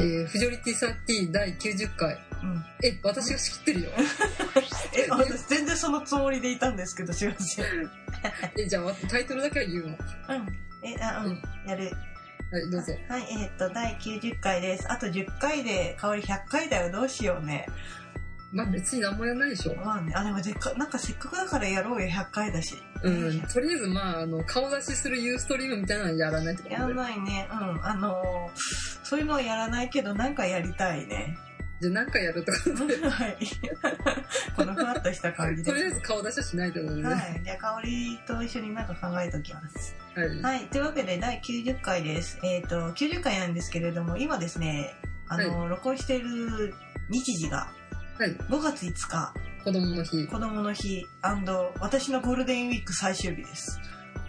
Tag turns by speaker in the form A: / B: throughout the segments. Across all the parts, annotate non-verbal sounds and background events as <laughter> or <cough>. A: えー、フジョリティサーティ第90回。
B: うん、
A: え、私が仕切ってるよ。
B: え私全然そのつもりでいたんですけどすいません
A: え、じゃあ待って、タイトルだけは言うの。は
B: うんえあうんやる
A: い、どうぞ。
B: はいえーっと第90回ですあと10回で香り100回だよどうしようね
A: まあ別に何もやんないでしょ。
B: まあねあでもでっかなんかせっかくだからやろうよ100回だし
A: うん。とりあえず、まあ、あの、顔出しするユーストリームみたいなのやらないってこと
B: やん
A: で。
B: ないねうんあのーそういうのはやらないけどなんかやりたいね
A: じゃあ何回やるとか。 <laughs>
B: はい <laughs> このふわっとした感
A: <laughs>
B: じで
A: とりあえず顔出しはしないと思うね。
B: は
A: はい
B: じゃあ香りと一緒になんか考えときます
A: い。
B: はい、というわけで第90回です。えっ、と、90回なんですけれども、今ですね、あの、録音している日時が、
A: はい
B: 5月5日、
A: 子供の日。
B: 子供の日私のゴールデンウィーク最終日
A: <laughs>
B: です。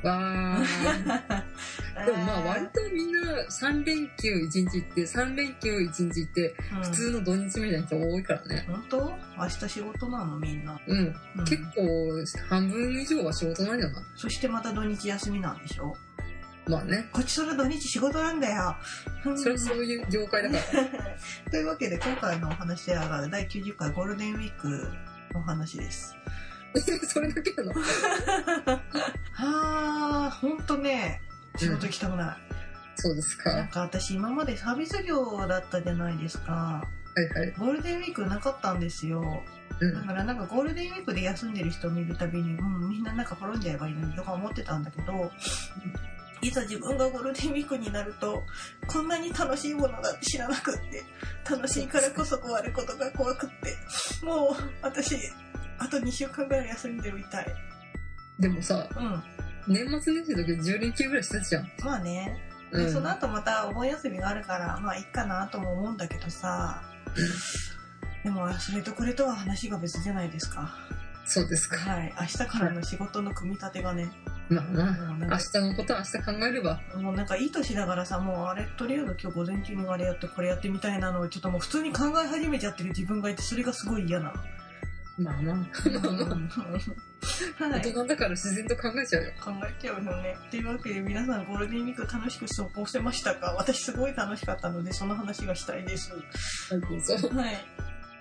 A: わ
B: <laughs>
A: ー。でもまあ割
B: え
A: とみんな3連休1日行って、3連休1日行って、
B: ーうん
A: 普通の土日みたいな人多いからね。
B: 本当明日仕事なのみんな、
A: うん。
B: うん
A: 結構半分以上は仕事なんじゃない
B: そしてまた土日休みなんでしょ
A: まあね。
B: こっちそれ土日仕事なんだよ。
A: <laughs> それはそういう業界だから。
B: <laughs>
A: <laughs>
B: というわけで今回のお話では第90回ゴールデンウィークのお話です。
A: それだけなの。
B: はあ、ほんとね、仕事行きたくない。
A: そうですか。
B: な
A: は
B: んか私今までサービス業だったじゃないですか
A: いはい。
B: ゴールデンウィークなかったんですよ
A: う
B: だ
A: ん。
B: からなんかゴールデンウィークで休んでる人を見るたびに、うん、みんななんか転んじゃえばいいのにとか思ってたんだけどいざ自分がゴールデンウィークになるとこんなに楽しいものだって知らなくって楽しいからこそ終わることが怖くってもう私あと2週間ぐらい休んでおいたい
A: でもさ、
B: うん
A: 年末年始の時10連休ぐらいしてたじゃん。
B: まあね
A: う
B: で
A: ん。
B: その後またお盆休みがあるからまあいっかなとも思うんだけどさでもそれとこれとは話が別じゃないですか
A: そうですか。
B: はい明日からの仕事の組み立てがね
A: まあな。
B: もうなん
A: 明
B: か
A: 日のことは明日考えれば。
B: もうなんかいい年だからさもうあれとりあえず今日午前中にあれやってこれやってみたいなのをちょっともう普通に考え始めちゃってる自分がいてそれがすごい嫌なの、
A: まあな。
B: うんは
A: 大
B: い
A: 人だから自然と考えちゃうよ。
B: 考えちゃうよねというわけで皆さんゴールデンウィーク楽しく過ごせましたか私すごい楽しかったのでその話がしたいです
A: はい、どうぞ。
B: はい。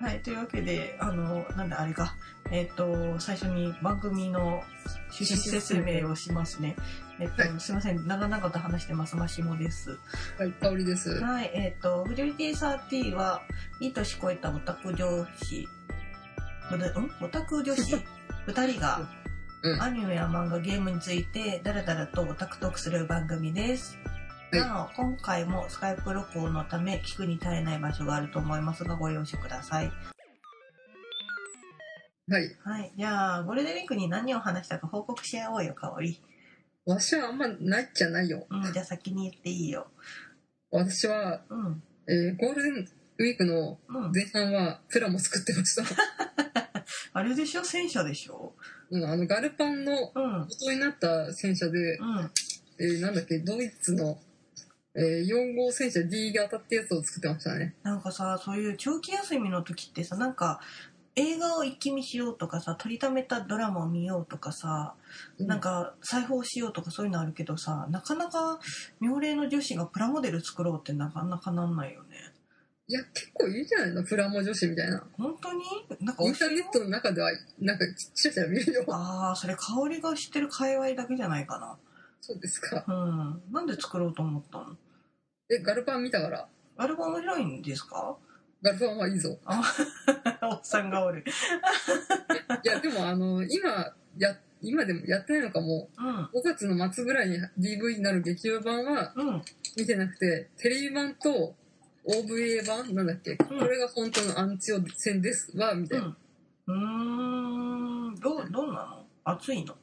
B: はい、というわけで、あの、なんだ、あれか。えっ、と、最初に番組の趣旨説明をしますね。えっ、と、
A: は
B: すいません、長々と話してます、マシモです。
A: はい、香りです。
B: はい、えっ、と、フジョリティサーティは、いい年超えたオタク女子、ぶだんオタク
A: <laughs>
B: 女子二人が、
A: うん
B: アニメや漫画、ゲームについて、だらだらとオタクトークする番組です。
A: はい
B: なお、今回もスカイプ録音のため、聞くに耐えない場所があると思いますが、ご容赦ください。
A: はい。
B: はい、じゃあ、ゴールデンウィークに何を話したか報告し合おうよ、かおり。
A: わしはあんまないっちゃないよ。
B: うん、じゃあ先に言っていいよ。
A: 私は、
B: うん、
A: えーゴールデンウィークの
B: うん。
A: 前半はプラも作ってました。 <laughs>
B: あれでしょ戦車でしょ
A: うん、あの、ガルパンの
B: うん、
A: 元になった戦車で
B: う、ん。
A: えーなんだっけ、ドイツの、えー4号戦車 D が当たったやつを作ってましたね。
B: なんかさそういう長期休みの時ってさなんか映画を一気見しようとかさ取りためたドラマを見ようとかさ、なんか裁縫しようとかそういうのあるけどさなかなか妙齢の女子がプラモデル作ろうってなかなかなんないよね
A: いや、結構いいじゃないの、プラモ女子みたいな。
B: 本当になんか
A: インターネットの中では、なんか、ちらちら見るよ。
B: ああそれ香りが知ってる界隈だけじゃないか
A: そうですか。
B: なうんなんで作ろうと思ったの
A: え、ガルパン見たから、
B: あれは面白いんですか
A: ガルパンはいいぞ。
B: <laughs> おっさんがおる
A: いや、でも、あの、今、や、今でもやってないのかも、
B: うん
A: 5月の末ぐらいに DV になる劇場版は
B: うん
A: 見てなくて、テレビ版と OVA 版なんだっけ、これが本当のアンチオ戦ですわ、みたいな。
B: うんうーんどうどんなの熱いの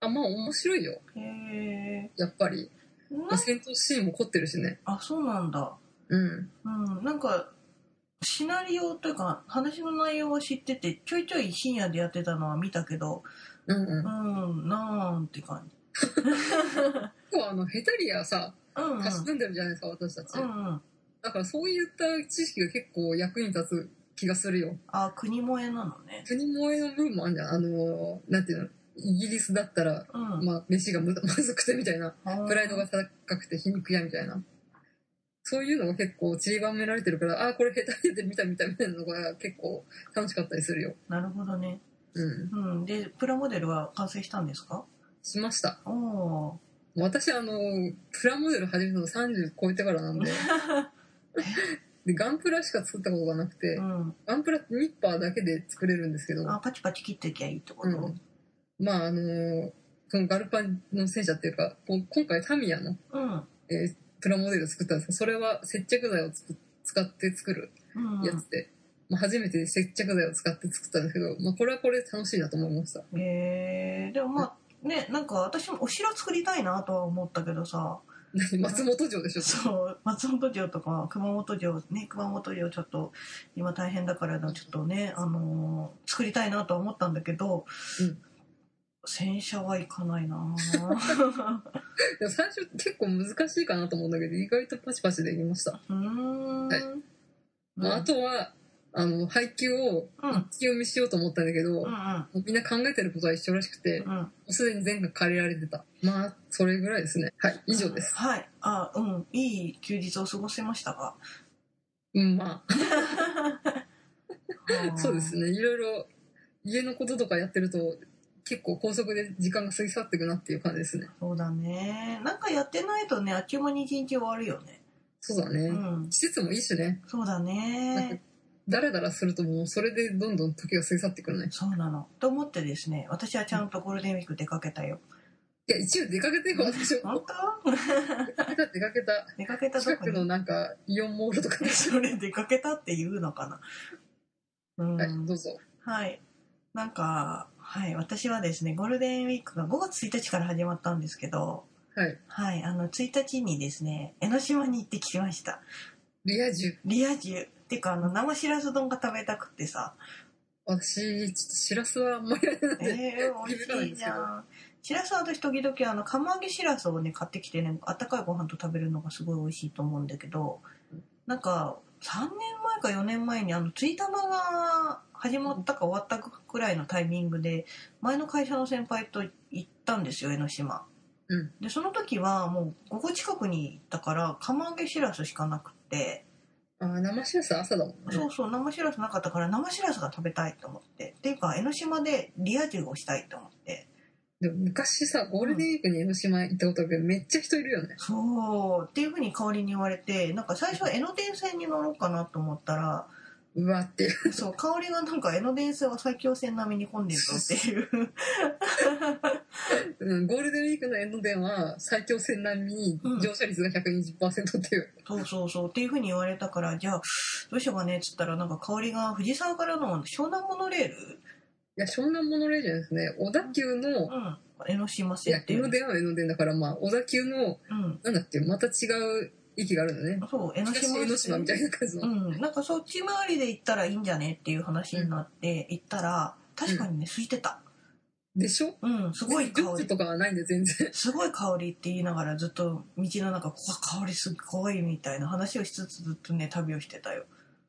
A: あ、まあ面白いよ、
B: へえ
A: やっぱり。ま
B: な
A: あ、戦闘シーンも凝ってるしね。
B: あそうなんだ
A: うん。
B: うんなんかシナリオというか話の内容は知っててちょいちょい深夜でやってたのは見たけど
A: うんう。
B: うんんなんって感じ
A: 結構あの、ヘタリアさ、
B: うんうん
A: かしんでるじゃないですか、私たち。
B: うんうん
A: だからそういった知識が結構役に立つ気がするよ。
B: あ国萌えなのね
A: 国萌えの分もあんじゃん。あのー、なんていうのイギリスだったら、
B: うん、
A: まあ、飯がむまずくてみたいな。
B: あー
A: プライドが高くて皮肉屋みたいな。そういうのが結構散りばめられてるから、ああー、これ下手で見た見たみたいなのが結構楽しかったりするよ。
B: なるほどね、
A: うん。
B: うん、でプラモデルは完成したんですか
A: しました。
B: おお
A: 私、あの、プラモデル始めたの30超えてから
B: <laughs>
A: なんで。で、ガンプラしか作ったことがなくて、
B: ー、うん、
A: ガンプラニッパーだけで作れるんですけど、
B: あパチパチ切っていきゃいいってこ
A: う
B: と、
A: ん。まあ、あのそのガルパンの戦車っていうか、こう今回タミヤの、
B: うん
A: えープラモデルを作ったんですけど、それは接着剤をつく使って作る
B: うん
A: やつで、まあ、初めて接着剤を使って作ったんですけど、まあ、これはこれで楽しいなと思いました <laughs>
B: えー、でもまあねなんか私もお城作りたいなとは思ったけどさ
A: 何松本城でしょ
B: そう松本城とか熊本城ね熊本城ちょっと今大変だからちょっとね、あのー作りたいなとは思ったんだけど、
A: うん
B: 戦車はいかないな
A: でも最初結構難しいかなと思うんだけど意外とパチパチできました、
B: うーん、
A: はいまあ、あとはあの配給を
B: うん
A: 一気読みしようと思ったんだけど、
B: うんうん
A: みんな考えてることは一緒らしくて、も
B: うん
A: うすでに前回借りられてた。まあ、それぐらいですね。はい、以上です。
B: はい。あ、うん。いい休日を過ごせましたが。
A: うん、ま
B: あー
A: あ、そうです。ね。いろいろ、家のこととかやってると、結構高速で時間が過ぎ去っていくなっていう感じですね。
B: そうだね。なんかやってないとね、あっちゅう間に一日終わるよね。
A: そうだね。
B: うん。
A: 季節もいいしね。
B: そう
A: な
B: だ
A: ん <laughs> か
B: ね。
A: だらだらするともうそれでどんどん時が過ぎ去ってくるね。
B: そうなの。と思ってですね、私はちゃんとゴールデンウィーク出かけたよ。
A: いや、一応出かけてよ、私
B: 本
A: も。
B: 当
A: 出かけた、出かけた。
B: 出かけたと
A: 近
B: こ
A: くの
B: に。
A: なんか、イオンモールとかで。
B: <laughs> それ出かけたって言うのかな。うん。
A: はい、どうぞ。
B: はい。なんか、はい。私はですね、ゴールデンウィークが5月1日から始まったんですけど、
A: はい。
B: はい。あの、1日にですね、江ノ島に行ってきました。
A: リア充。
B: リア充っていうかあの生しらす丼が食べたくってさ
A: 私、ちょっとしらすはあんまりやれなくて。
B: えー、美味しいじゃんしらすは私時々あの釜揚げしらすをね買ってきてねあったかいご飯と食べるのがすごい美味しいと思うんだけどなんか3年前か4年前にあのツイタマが始まったか終わったくらいのタイミングで前の会社の先輩と行ったんですよ江ノ島、
A: うん
B: でその時はもうここ近くに行ったから釜揚げしらすしかなくって
A: あー、生しらすは朝だもんね。
B: そうそう生しらすなかったから生しらすが食べたいと思ってっていうか江ノ島でリア充をしたいと思って
A: でも昔さ、ゴールデンウィークに江ノ島行ったことあるけど、めっちゃ人いるよね。
B: そうっていうふうに代わりに言われてなんか最初は江ノ電線に乗ろうかなと思ったら <laughs>
A: うわっていう。
B: そう香りがなんか江ノ電線は埼京線並みに混んでるぞっていう
A: うん、ゴ <laughs> ールデンウィークの江ノ電は最強線並みに乗車率が120%っていう。
B: <laughs> そうそうそうっていうふうに言われたからじゃあどうしようかねっつったらなんか香りが藤沢からの湘南モノレール、
A: いや、湘南モノレールじゃないですね。小田急の、
B: うん、江ノ島
A: いや
B: 線っ、て
A: 江
B: いう
A: ノ電は江ノ電だから、まあ、小田急の、
B: うん、
A: なんだっけ、また違う駅があるのね。
B: そう江ノ
A: 東江ノ島みたいな感じ
B: う
A: の。
B: ん、なんかそっち周りで行ったらいいんじゃねっていう話になって行ったら確かにね空いてた
A: でしょ
B: うんすごい香
A: 緑
B: り
A: 茶とかはないんで、全然。
B: すごい香りって言いながらずっと道の中ここ香りすっごいみたいな話をしつつずっとね旅をしてたよ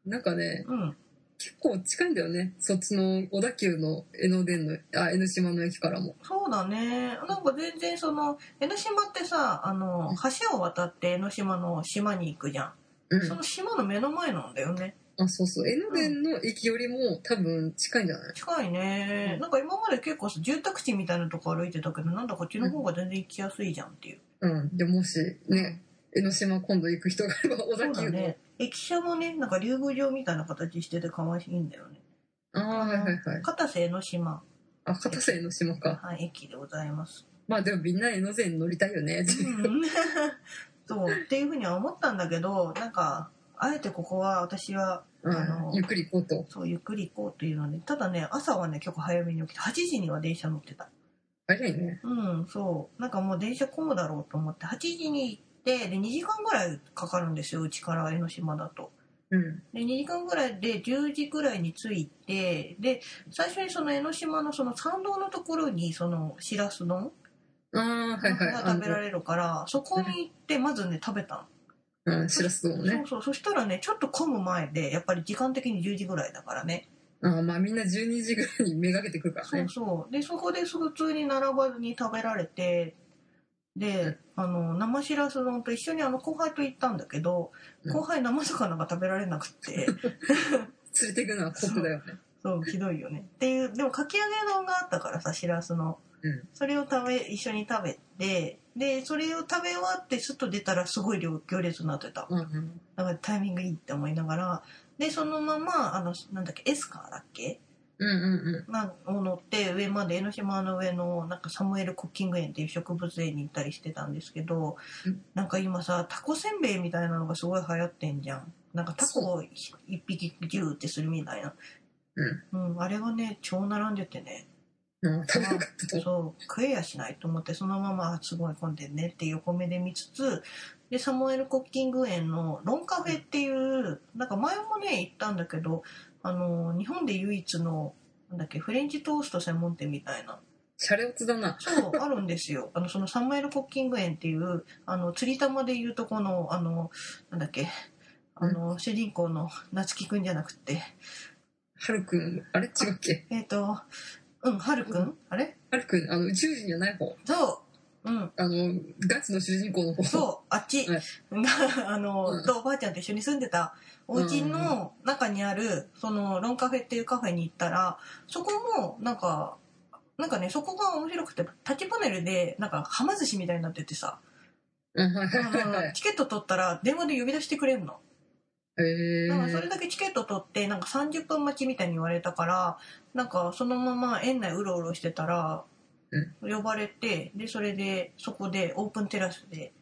A: なんかね、
B: うん
A: 結構近いんだよね。そっちの小田急の江ノ電の、あ、江ノ島の駅からも。
B: そうだねなんか全然その江ノ島ってさあの橋を渡って江ノ島の島に行くじゃ
A: うん
B: そ
A: ん。
B: の島の目の前なんだよね
A: あ、そうそう。江ノ電の駅よりも多分近いんじゃない
B: 近いねなんか今まで結構さ住宅地みたいなとこ歩いてたけどなんだこっちの方が全然行きやすいじゃんっていう
A: うん。で、もし、ね、江ノ島今度行く人がいれば、小
B: そう
A: 田急
B: だ
A: の。
B: ね。駅舎もね、なんか竜宮城みたいな形してて可愛いんだよね。
A: ああ、はいはいはい。
B: 片瀬江ノ島、
A: あ、片瀬江ノ島か。
B: はい、駅でございます。
A: まあでもみんな江ノ電乗りたいよね。
B: <laughs> そう、っていうふうには思ったんだけど、なんか、あえてここは私は、
A: う
B: あ
A: ん
B: の。
A: ゆっくり行こうと。
B: そう、ゆっくり行こうというので、ただね、朝はね、結構早めに起きて、8時には電車乗ってた。
A: 早いね。
B: うん、そう。なんかもう電車混むだろうと思って、8時に行って、で、2時間ぐらいかかるんですよ、うちから江ノ島だと。
A: うん。
B: で2時間ぐらいで10時ぐらいに着いてで最初にその江ノ島のその参道のところにそのしらす丼
A: ああ、はいはい。
B: が食べら
A: る。
B: れるからそこに行ってまずね食べた
A: うん、しらす丼を
B: そ
A: ね
B: う。そうそしたらねちょっと混む前でやっぱり時間的に10時ぐらいだからね
A: ああまあみんな12時ぐらいに目がけてくるから
B: そ
A: ね
B: う。そうでそこです普通に並ばずに食べられてであの生しらす丼と一緒にあの後輩と行ったんだけど
A: うん
B: 後輩生魚が食べられなく
A: <laughs>
B: て
A: 連れてくのは酷だよね。
B: そうひどいよねっていうでもかき揚げ丼があったからさしらすの、
A: うん
B: それを食べ一緒に食べてでそれを食べ終わってすっと出たらすごい量行列になってた
A: うんうん。
B: だからタイミングいいって思いながらでそのままあのなんだっけエスカーだっけ
A: うんうんう
B: なを乗って上まで江ノ島の上のなんかサムエル・コッキング園っていう植物園に行ったりしてたんですけど、
A: うん
B: なんか今さタコせんべいみたいなのがすごい流行ってんじゃんなんかタコを一匹ギューってするみたいな、うんあれがね超並んでてね
A: ん。うん、食べなかったと思う。
B: そう食えやしないと思ってそのまますごい混んでんねって横目で見つつでサモエル・コッキング園のロンカフェっていうなんか前もね行ったんだけどあの日本で唯一のなんだっけフレンチトースト専門店みたいな
A: シャレオツだな。
B: そうあるんですよ <laughs> あのそのサモエル・コッキング園っていうあの釣り玉でいうとこのあのなんだっけあの主人公の夏樹くんじゃなくて
A: はるくん、あれ違うっけ
B: えっ、とうんはるく
A: うん
B: あれ
A: はるくん、あの、宇宙人じゃない方。
B: そううん
A: あの、ガチの主人公の方。 <laughs>
B: そう、あっち
A: はい
B: が、 <laughs> あの、
A: うん
B: とおばあちゃんと一緒に住んでたお家の中にある、その、ロンカフェっていうカフェに行ったら、そこも、なんか、なんかね、そこが面白くて、タッチパネルで、なんか、はま寿司みたいになって
A: <laughs>
B: てさ、
A: うん、はいはいはいはい。
B: チケット取ったら電話で呼び出してくれるの。
A: え
B: だからそ
A: ー
B: れ。だけチケット取って、なんか30分待ちみたいに言われたから、なんかそのまま園内うろうろしてたら、呼ばれて、で、それで、そこでオープンテラスで、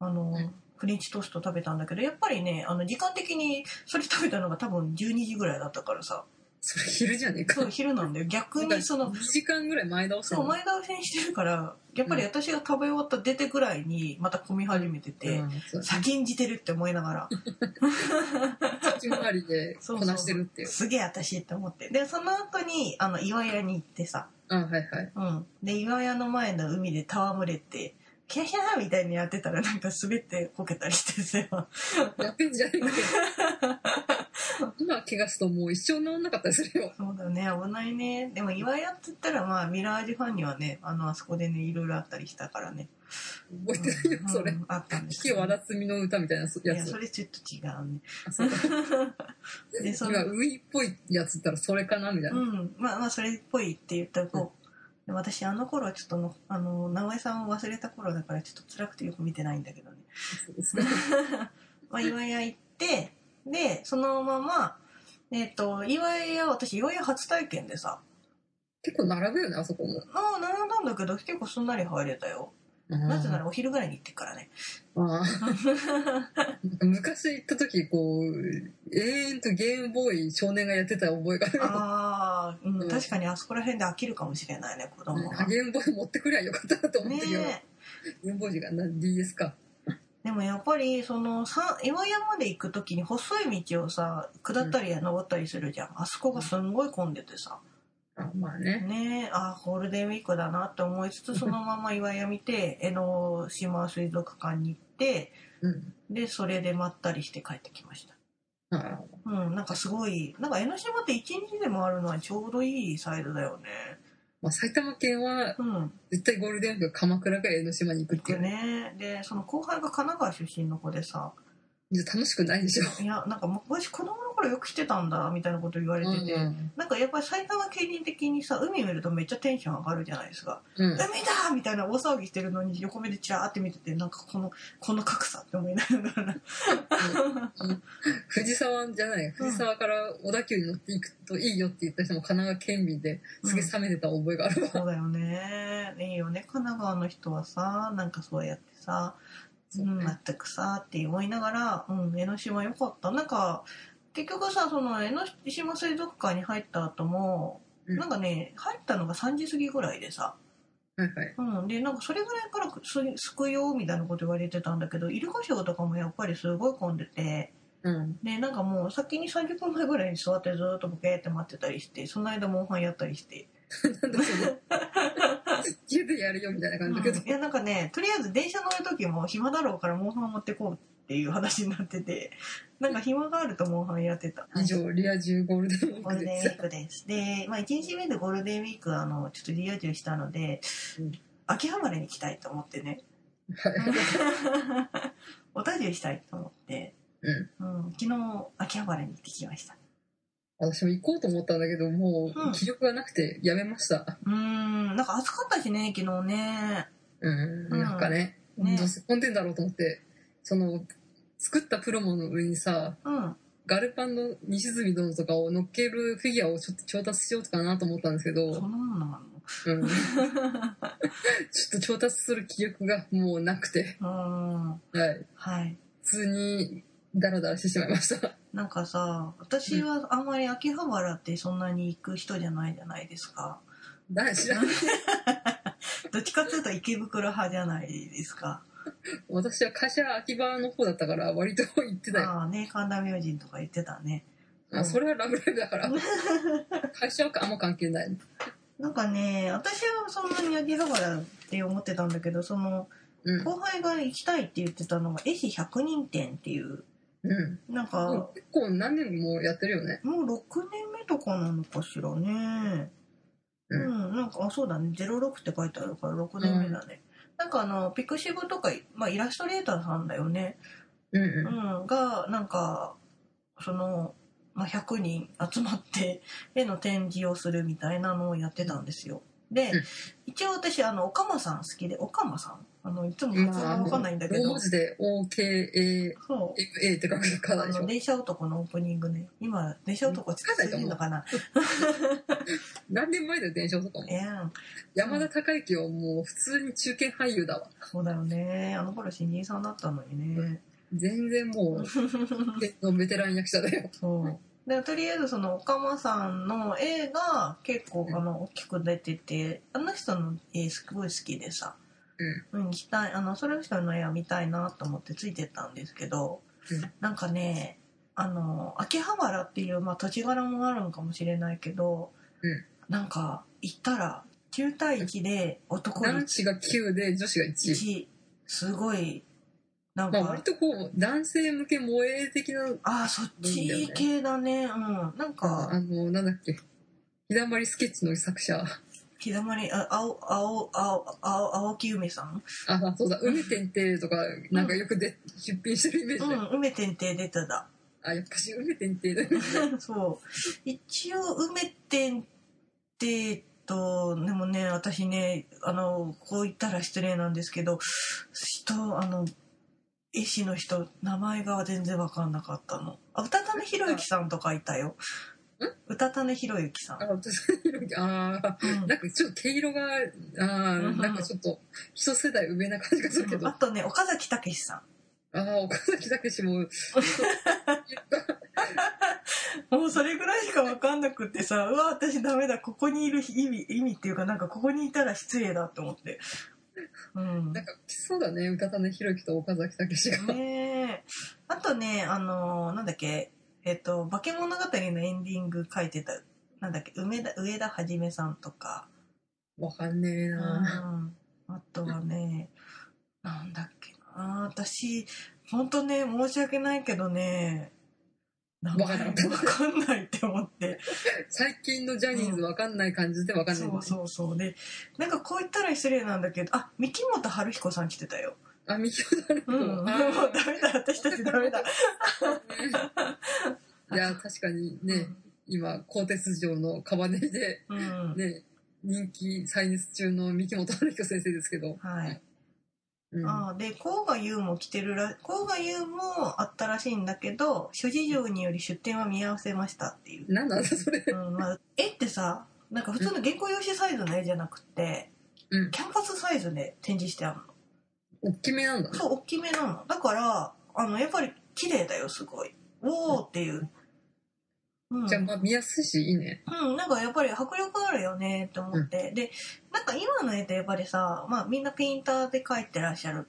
B: あの
A: うん、
B: フレンチトースト食べたんだけど、やっぱりね、あの、時間的にそれ食べたのが多分12時ぐらいだったからさ、
A: それ昼じゃねえか
B: そう、。昼な
A: <laughs>
B: んだよ。逆にその
A: 2、時間ぐらい前倒し
B: そう、前倒しにしてるから、やっぱり私が食べ終わった出てぐらいに、また混み始めてて、
A: うん、そう
B: 先んじてるって思いながら、
A: 先回りでこなしてるっていう。
B: すげえ私って思ってでその後にあの岩屋に行ってさ、
A: あ、はいはい。
B: うん、で岩屋の前の海で戯れてキャヒャーみたいにやってたらなんか滑ってこけたりしてさ <laughs>
A: やってんじゃねえかよ。今怪我すともう一生治んなかったりするよ。
B: そうだね危ないねでも岩屋って言ったらまあミラージュファンにはねあのあそこでねいろいろあったりしたから
A: <laughs>
B: ね
A: 覚えてないよ
B: う、ん
A: それ
B: う。んあったんで
A: 引
B: す
A: き
B: よ
A: わらつみの歌みたいなやつ。
B: いやそれちょっと違うね
A: あそうだ
B: <laughs> でその
A: 今、ウイっぽいやつったらそれかなみたいうな。
B: ん、まあまあそれっぽいって言ったこう、で私あの頃はちょっとのあの名前さんを忘れた頃だからちょっと辛くてよく見てないんだけどね
A: そうですか
B: まあ岩屋行ってでそのままえっ、と岩屋私岩屋初体験でさ
A: 結構並ぶよね、あそこも。
B: ああ並んだんだけど結構すんなり入れたよなぜならお昼ぐらいに行ってっからね
A: あー昔行った時、こう、永遠とゲームボーイ少年がやってた覚えがあるよ。
B: ああ、うん
A: うん
B: 確かにあそこら辺で飽きるかもしれないね子供
A: うんあ
B: が。
A: ゲームボーイ持ってくりゃよかったなと思っ
B: ね
A: たけど、
B: え
A: ゲームボーイがな DS か。
B: でもやっぱりそのさ岩屋まで行く時に細い道をさ下ったり登ったりするじゃん、あそこがすんごい混んでてさ
A: あまあね。
B: ねえあゴールデンウィークだなって思いつつそのまま岩屋見て江ノ島水族館に行って
A: うん。
B: でそれでまったりして帰ってきました
A: あー
B: うんなんかすごいなんか江ノ島って一日でもあるのはちょうどいいサイズだよね
A: まあ、埼玉県は
B: うん
A: 絶対ゴールデンウィーク鎌倉か江ノ島に行くっ
B: 行
A: てい
B: く
A: うね。
B: ねでその後輩が神奈川出身の子でさ
A: じゃあ楽しくないでしょ。
B: いやなんか昔子供の頃よく来てたんだみたいなこと言われてて、
A: うん
B: なんかやっぱり埼玉県民的にさ海見るとめっちゃテンション上がるじゃないですか
A: う
B: 「
A: ん
B: 海だ!」みたいな大騒ぎしてるのに横目でチラーって見ててなんかこのこの格差って思いながら
A: 藤沢じゃない藤沢から小田急に乗っていくといいよって言った人も神奈川県民ですげえ冷めてた覚えがあるわ、
B: <laughs> そうだよねいいよね神奈川の人はさなんかそうやってさ
A: そううね
B: ん、全くさって思いながら、うん、江ノ島良かったなんか結局さその江ノ島水族館に入った後も、
A: うん
B: なんかね入ったのが3時過ぎぐらいでさ、
A: はいはい
B: うん、でなんかそれぐらいからすすくよみたいなこと言われてたんだけどイルカショーとかもやっぱりすごい混んでて
A: うん
B: でなんかもう先に30分前ぐらいに座ってずーっとボケーって待ってたりしてその間モンハンやったりして、
A: なんだその <laughs> 家でやるよみたいな感じだけど、
B: うんいやなんかねとりあえず電車乗る時も暇だろうからモンハン持ってこうっていう話になって
A: <laughs>
B: てなんか暇があるとモンハンやってた
A: 以上、リア充ゴールデンウィー
B: ゴ
A: ク
B: ール
A: で
B: デンウ
A: す
B: ィ。ークです。で、まあ、1日目でゴールデンウィーク、あの、ちょっとリア充したので、
A: うん
B: 秋葉原に来たいと思っ
A: <laughs>
B: てね。
A: はい。
B: おたじゅうしたいと思って、
A: うん。
B: うん、昨日、秋葉原に行ってきました。
A: 私も行こうと思ったんだけど、も
B: うん
A: う、気力がなくてやめました。
B: うーん、なんか暑かったしね、昨日ね。
A: うん。
B: うん
A: なんかね、
B: ね
A: どうせ混んでんだろうと思って、その、作ったプロモの上にさ、
B: うん。
A: ガルパンの西住殿とかを乗っけるフィギュアをちょっと調達しようかなと思ったんですけど、
B: そんなものな
A: うん、ちょっと調達する気力がもうなくて、
B: のうん。
A: はい、
B: はい。
A: 普通にダラダラしてしまいました。 <laughs>
B: なんかさ、私はあんまり秋葉原ってそんなに行く人じゃないじゃないですか。
A: だ知らん
B: どっちかっていうと池袋派じゃないですか。
A: 私は会社は秋葉の方だったから割と行ってたよ。
B: ああね、神田明神とか言ってたね。
A: あそれはラブライブだから
B: うん。
A: 会社はあんま関係ない。
B: なんかね、私はそんなに秋葉原って思ってたんだけど、その、
A: うん。
B: 後輩が行きたいって言ってたのが、絵師100人展っていう、
A: うん。
B: なんか、
A: 結構何年もやってるよね。
B: もう6年目とかなのかしらね。
A: う
B: う
A: ん
B: ん、なんか、あ、そうだね、06って書いてあるから6年目だね。なんかあの、ピクシブとか、まあイラストレーターさんだよね。
A: うん
B: う、
A: うん
B: が、なんか、その、まあ、100人集まって <laughs> 絵の展示をするみたいなのをやってたんですよ。で、
A: うん
B: 一応私、あの、おかまさん好きで、おかまさんあの、いつも
A: ん。
B: 発音わかんないんだけ
A: 大
B: ど
A: 文、字で OKAMA
B: そ
A: って書く
B: う、
A: か
B: あ
A: らでし
B: の、
A: ょ。
B: 電車男のオープニングね。今、電車男つけてるのかな
A: 何年前だよ、伝承とかも
B: え。えん。
A: 山田孝之はもう普通に中堅俳優だわ。
B: そうだよね。あの頃新人さんだったのにね。
A: 全然
B: <laughs>
A: もう、鉄のベテラン役者だよ。
B: そう。で、とりあえずその、おかまさんの絵が結構、あの、大きく出てて、あの人の絵すごい好きでさ。うん。行きたい、あの、その人の絵は見たいなと思ってついてったんですけど、
A: うん
B: なんかね、あの、秋葉原っていう、まあ、土地柄もあるのかもしれないけど、
A: うん
B: なんか、行ったら、9対1で男
A: 男
B: 1、
A: 子が9で女子が1。
B: 1すごい、なん
A: ま
B: か、
A: あ割とこう、男性向け萌え的な、
B: ああ、そっち系だね。うん。なんか、
A: あの、なんだっけ、ひだまりスケッチの作者。
B: ひだまり、あ、青、青、青、青、青木梅さん
A: あ、そうだ、梅天帝とか、なんかよくで、出品してるイメー
B: う
A: ジで。
B: ん、梅天帝出てた。
A: あ、やっぱし梅天帝だよね。
B: <laughs> そう。一応、梅天帝と、でもね、私ね、あの、こう言ったら失礼なんですけど、人、あの、絵師の人、名前が全然わかんなかったの。あ、歌種博之さんとかいたよ。歌種博之さん
A: あ、。私、ああ、
B: うん
A: なんかちょっと毛色が、ああ、なんかちょっと、一世代上な感じがするけど
B: あ。とね、岡崎武史さん。
A: ああ、岡崎武史も、
B: もうそれぐらいしか分かんなくってさ、うわ、私ダメだ、ここにいる意味、意味っていうか、なんかここにいたら失礼だと思って。うん。
A: なんか来そうだね、歌種弘樹と岡崎武史が。
B: ねえ。あとね、あのーなんだっけ、えっと、化け物語のエンディング書いてた、なんだっけ、梅田、上田はじめさんとか、
A: わかんねえ
B: うん。
A: な
B: あとはね、なんだっけな、私、ほんとね、申し訳ないけどね、名前
A: わかんな
B: わ
A: かった
B: かんないって思って。
A: 最近のジャニーズわかんない感じでわかんない、
B: そうそうそうでなんかこう言ったら失礼なんだけどあ三木本春彦さん来てたよ
A: あ、右を誰
B: うんもうダメだ私たち <laughs>
A: <laughs>
B: ダメだ、
A: いや、確かにね、今、鋼鉄城のカバネリで、
B: うん、
A: ね、人気再熱中の三木本春彦先生ですけど、
B: はい、
A: うん、
B: あーで甲賀優も来てるら甲賀優もあったらしいんだけど諸事情により出店は見合わせましたっていう、
A: なんなんだそれ。
B: うんまあ、絵ってさなんか普通の原稿用紙サイズの絵じゃなくて、
A: うん
B: キャンパスサイズで展示してある
A: 大きめなんだ
B: の。そう大きめなのだからあのやっぱり綺麗だよすごいおおっていう、うん
A: じゃあ、まあ、見やすいし、いいね。
B: うん、なんかやっぱり迫力あるよねって思って、でなんか今の絵ってやっぱりさ、まあ、みんなペインターで描いてらっしゃる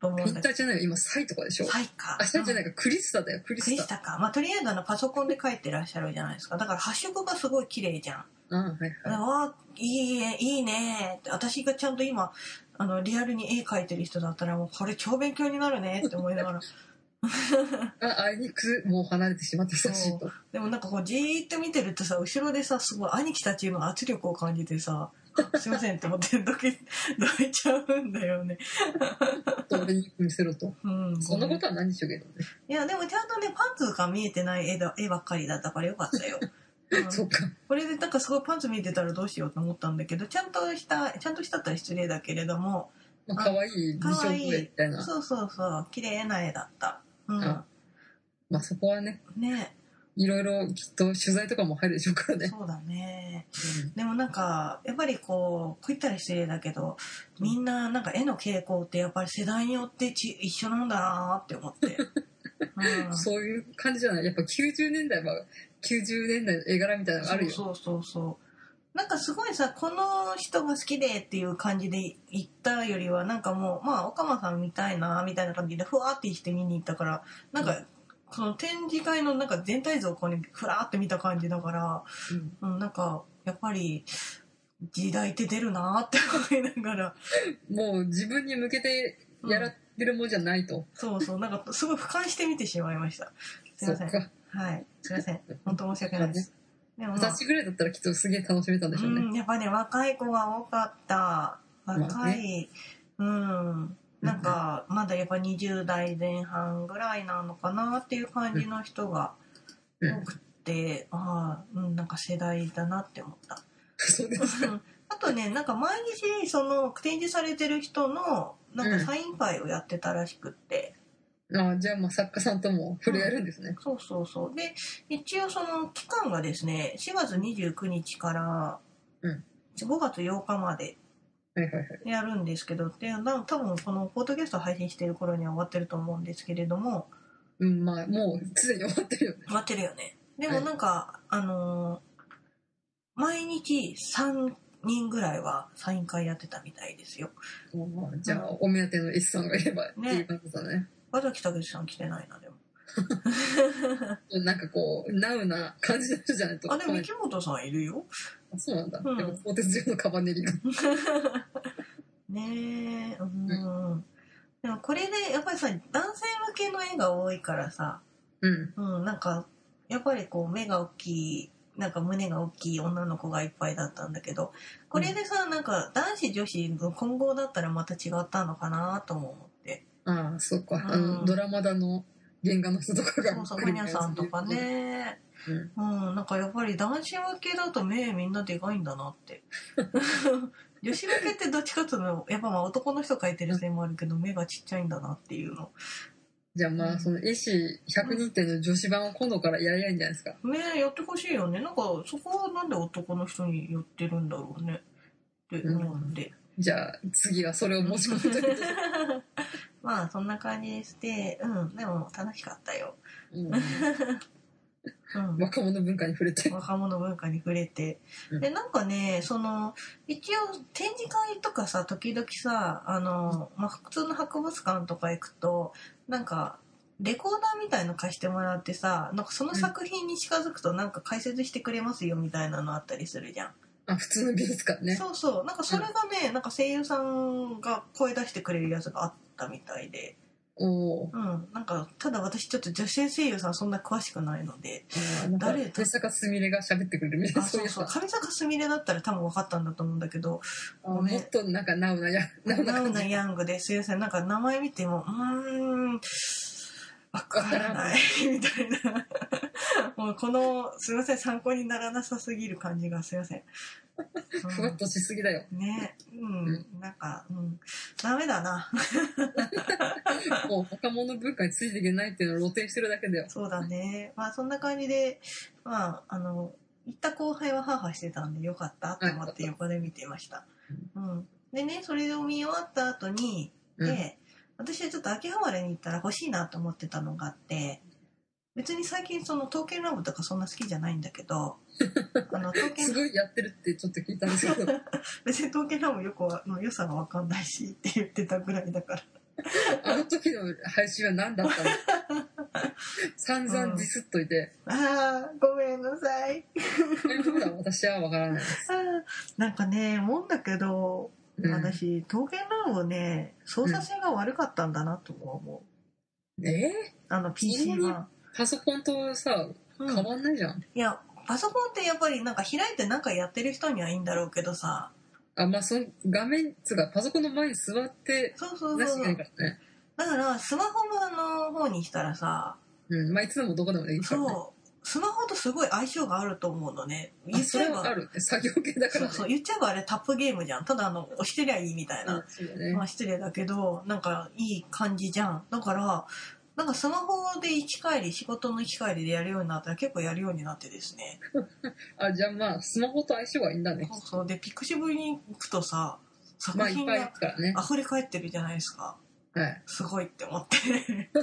B: と思う
A: イ
B: ん
A: ン
B: だ
A: タ
B: け
A: ーじゃないよ、今、サイとかでしょ
B: ど。サイか
A: あ、サイじゃないいか、クリスタだよ、クリ
B: ク
A: ス
B: リ
A: タ
B: ス。タか、まあ、とりあえずあのパソコンで描いてらっしゃるじゃないですかだから発色がすごい綺麗じゃん、
A: あはいはい。
B: わあいい絵いいねって私がちゃんと今あのリアルに絵描いてる人だったらもうこれ超勉強になるねって思いながら
A: あ、あいにく、もう離れてしまった久しいと。
B: でもなんかこうじーっと見てるとさ後ろでさすごい兄貴たちの圧力を感じてさ「すいません」って思ってどけ <laughs> どいちゃうんだよね。
A: と俺に見せろと。
B: うん、
A: そんなことは何でしょうけどね。
B: いやでもちゃんとねパンツが見えてない絵だ絵ばっかりだったからよかっ
A: <laughs>
B: たよ。うん
A: そっか。
B: これでなんかすごいパンツ見えてたらどうしようと思ったんだけどちゃんとしたちゃんとしたったら失礼だけれども
A: まあ、可愛い美少女みたいな。
B: そうそうそう綺麗な絵だった。うん、
A: あまあそこはね、
B: ね
A: いろいろきっと取材とかも入るでしょうからね。
B: そうだね。でもなんかやっぱりこうこう言ったら失礼だけどみんななんか絵の傾向ってやっぱり世代によってち一緒なんだなって思って、う
A: うん <laughs> そういう感じじゃないやっぱ90年代は90年代の絵柄みたいなのがあるよ。
B: そうそうそうそうなんかすごいさこの人が好きでっていう感じで行ったよりはなんかもうまあ岡間さん見たいなみたいな感じでふわーってして見に行ったからなんか、その展示会のなんか全体像をこうねふらーって見た感じだから、
A: うん
B: うん、なんかやっぱり時代って出るなーって思いながら
A: もう自分に向けてやらってるもんじゃないと。
B: そうそう、なんかすごい俯瞰して見てしまいました。
A: そ
B: すいま
A: っ
B: せん。
A: か。
B: はい。すいませ
A: <laughs>
B: ん。本当申し訳ないです。でも、まあ
A: 私ぐらいだったらきっとすげえ楽しめたんでしょう
B: う
A: ね。
B: ん、やっぱね、若い子が多かった。
A: まあ
B: 若い
A: ね、
B: うん。なんか、まだやっぱ20代前半ぐらいなのかなっていう感じの人が
A: うん
B: 多くて、ああ、うん、なんか世代だなって思った。
A: そうです。
B: うん <laughs> あとね、なんか毎日、その、展示されてる人の、なんかサイン会をやってたらしくって。
A: ああじゃあまあ作家さんとも触れ合えるんですね。
B: そうそうそう。で、一応その期間がですね、4月29日から
A: うん
B: 5月8日まで
A: はいはいはい。
B: やるんですけど、で、な多分このポッドキャスト配信してる頃には終わってると思うんですけれども、
A: うん、まあもうすでに終わってるよね。
B: 終わってるよね。でもなんか、あのー毎日3人ぐらいはサイン会やってたみたいですよ。
A: もうじゃあお目当ての S さんがいればっていう感じだね。
B: 和崎武さん来てないな、でも。
A: なんかこう、ナウな感じの人じゃないと。
B: あ、でも池本さんいるよ。
A: そうなんだ。
B: うん
A: やっぱ鋼鉄中のカバネリが。
B: ねえうんでもこれでやっぱりさ男性向けの絵が多いからさ、
A: うん。
B: うん、なんかやっぱりこう目が大きいなんか胸が大きい女の子がいっぱいだったんだけどこれでさ、なんか男子女子の混合だったらまた違ったのかなとも思って
A: ああ、そうか。あ
B: う
A: の、
B: ん
A: ドラマだの原画の人とかが。
B: そうそうマニャさんとか。ね
A: うん。
B: うん、なんかやっぱり男子向けだと目みんなでかいんだな <laughs> って。女子向けってどっちかっていうと、やっぱまあ男の人描いてるせいもあるけど、目がちっちゃいんだなっていうの。
A: じゃあまあ、その絵師102点の女子版を今度からやりゃいいんじゃないですか。
B: ねやってほしいよね。なんか、そこはなんで男の人に寄ってるんだろうね。って思って。
A: じゃあ、次はそれを持ち込むと
B: <laughs>
A: いう。
B: まあ、そんな感じでして、うん、でも楽しかったよ。
A: うん
B: <laughs> うん。
A: 若者文化に触れて。
B: 若者文化に触れて、
A: うん
B: でなんかねその一応展示会とかさ時々さあの、まあ、普通の博物館とか行くとなんかレコーダーみたいの貸してもらってさなんかその作品に近づくとなんか解説してくれますよみたいなのあったりするじゃん、
A: あ、普通の美術館ね。
B: そうそうなんかそれがね、なんか声優さんが声出してくれるやつがあったみたいで、
A: おお。
B: うん、なんかただ私ちょっと女性声優さんそんな詳しくないので
A: ああなんか
B: 誰だ
A: 豊坂すみれが喋ってくれるみた
B: あ
A: いな。そういう
B: そ
A: う
B: そう
A: さ。
B: 上坂すみれだったら多分分かったんだと思うんだけど
A: あもっとなんかナウなや、ナウな
B: ナウ
A: 感
B: ナ
A: じ。
B: ヤングですいませんなんか名前見てもうーんわからないみたいなもうこのすいません参考にならなさすぎる感じがすいません、
A: ふわっとしすぎだ
B: <laughs>
A: よ。
B: うんねうん、
A: う
B: なんかうんダメだな
A: もう若者文化についていけないっていうのを露呈してるだけだよ。
B: そうだねまあそんな感じでまああの行った後輩はハーハーしてたんでよかったと思って横で見てました、うん、でねそれを見終わった後に
A: うん
B: で、私はちょっと秋葉原に行ったら欲しいなと思ってたのがあって別に最近その刀剣ラボとかそんな好きじゃないんだけ <laughs> どあの刀
A: す
B: 剣
A: ごいやってるってちょっと聞いたんですけど、
B: 別に刀剣ラボよくはの良さが分かんないしって言ってたぐらいだから
A: あの時の配信は何だったの
B: <laughs>
A: 散々ディスっといて、
B: あーごめんなさい
A: そういうことは私はわからないです。
B: <laughs> あーなんかねもんだけど、
A: うん
B: 私刀剣ラボね操作性が悪かったんだなとは思
A: え
B: あの PC は、
A: ー、パソコンとさ、
B: う
A: 変
B: ん、い
A: わんないじゃん。
B: やパソコンってやっぱりなんか開いてなんかやってる人にはいいんだろうけどさ
A: あ、まあ、その画面、つうか、パソコンの前に座って、
B: そうそう
A: 出し
B: そ
A: て
B: う
A: ないからね。
B: だからスマホ版の方にしたらさ
A: うん。まあ、いつでもどこでもできるからね。
B: そうスマホとすごい相性があると思うのね
A: あ
B: 言っ
A: そ
B: ちゃ
A: れ
B: え
A: はあ
B: ば
A: る。作業系だか
B: そ
A: ら
B: う
A: ね。
B: そう言っちゃえばあれタップゲームじゃんただあの押してりゃいいみたいな
A: あそうだね
B: まあ失礼だけどなんかいい感じじゃんだからなんかスマホで行き帰り仕事の行き帰りでやるようになったら結構やるようになってですね
A: あ、じゃあまあ、スマホと相性はいいんだね
B: そ。うそうでピクシブに行くとさ
A: ま
B: 作
A: あ、いっ
B: 品
A: ぱいある
B: が
A: からね。
B: 溢れ返ってるじゃないですか
A: はい。
B: すごいって思って
A: <laughs>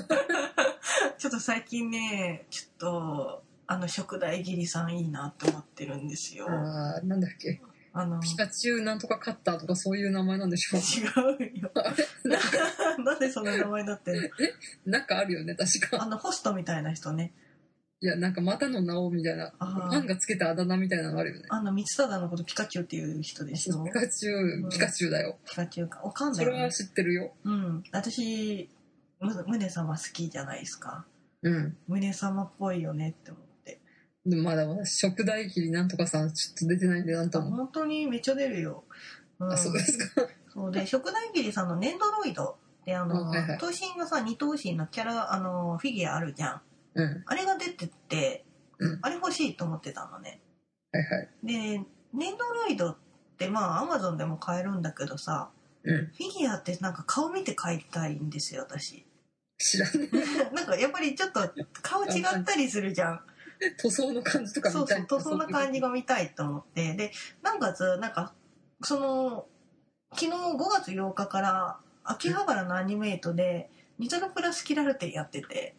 B: ちょっと最近ねちょっとあの食代ギリさんいいなって思ってるんですよ
A: あーなんだっけ。
B: あの
A: ピカチュウなんとかカッターとかそういう名前なんでしょ
B: 違
A: <laughs>
B: うよ
A: あれ
B: なんでそんな名前になってる
A: なんかあるよね、確
B: のあ
A: か。
B: のホストみたいな人ね
A: いや、なんかまたの名をみたいな。フ
B: あー
A: ァンがつけたあだ名みたいなのあるよね。
B: あの、三つ忠のことピカチュウっていう人でしょ
A: ピカチュ
B: う
A: ウ、
B: ん
A: ピカチュウだよ。
B: ピカチュウか。わかんな
A: そ
B: いよ
A: れ
B: ね、
A: は知ってるよ。
B: うん。私、む、ムネ様好きじゃないですか。
A: うん。
B: ムネ様っぽいよねって思って。
A: でもまだまだ、食大切りなんとかさん、ちょっと出てないんで、なんとも。
B: 本当にめっちゃ出るよ。うん
A: あ、そうですか。
B: そうで、食大切りさんのネンドロイドってあ
A: うん
B: の、
A: はいはい
B: 頭身がさ、二頭身のキャラ、あの、フィギュアあるじゃん。
A: うん。はい
B: あれが出てて、
A: うん
B: あれ欲しいと思ってたのね。
A: はい。
B: で、ネンドロイドってまあ、アマゾンでも買えるんだけどさ、
A: うん。
B: フィギュアってなんか顔見て買いたいんですよ、私。
A: 知らんね。
B: なんかやっぱりちょっと顔違ったりするじゃん。
A: 塗装の感じとか
B: そ
A: 見
B: う
A: た
B: そ、
A: いう
B: とそんな感じが見たいと思って。で、何月、なんか、その、昨日5月8日から秋葉原のアニメイトで、ニトロプラスキラルテやってて、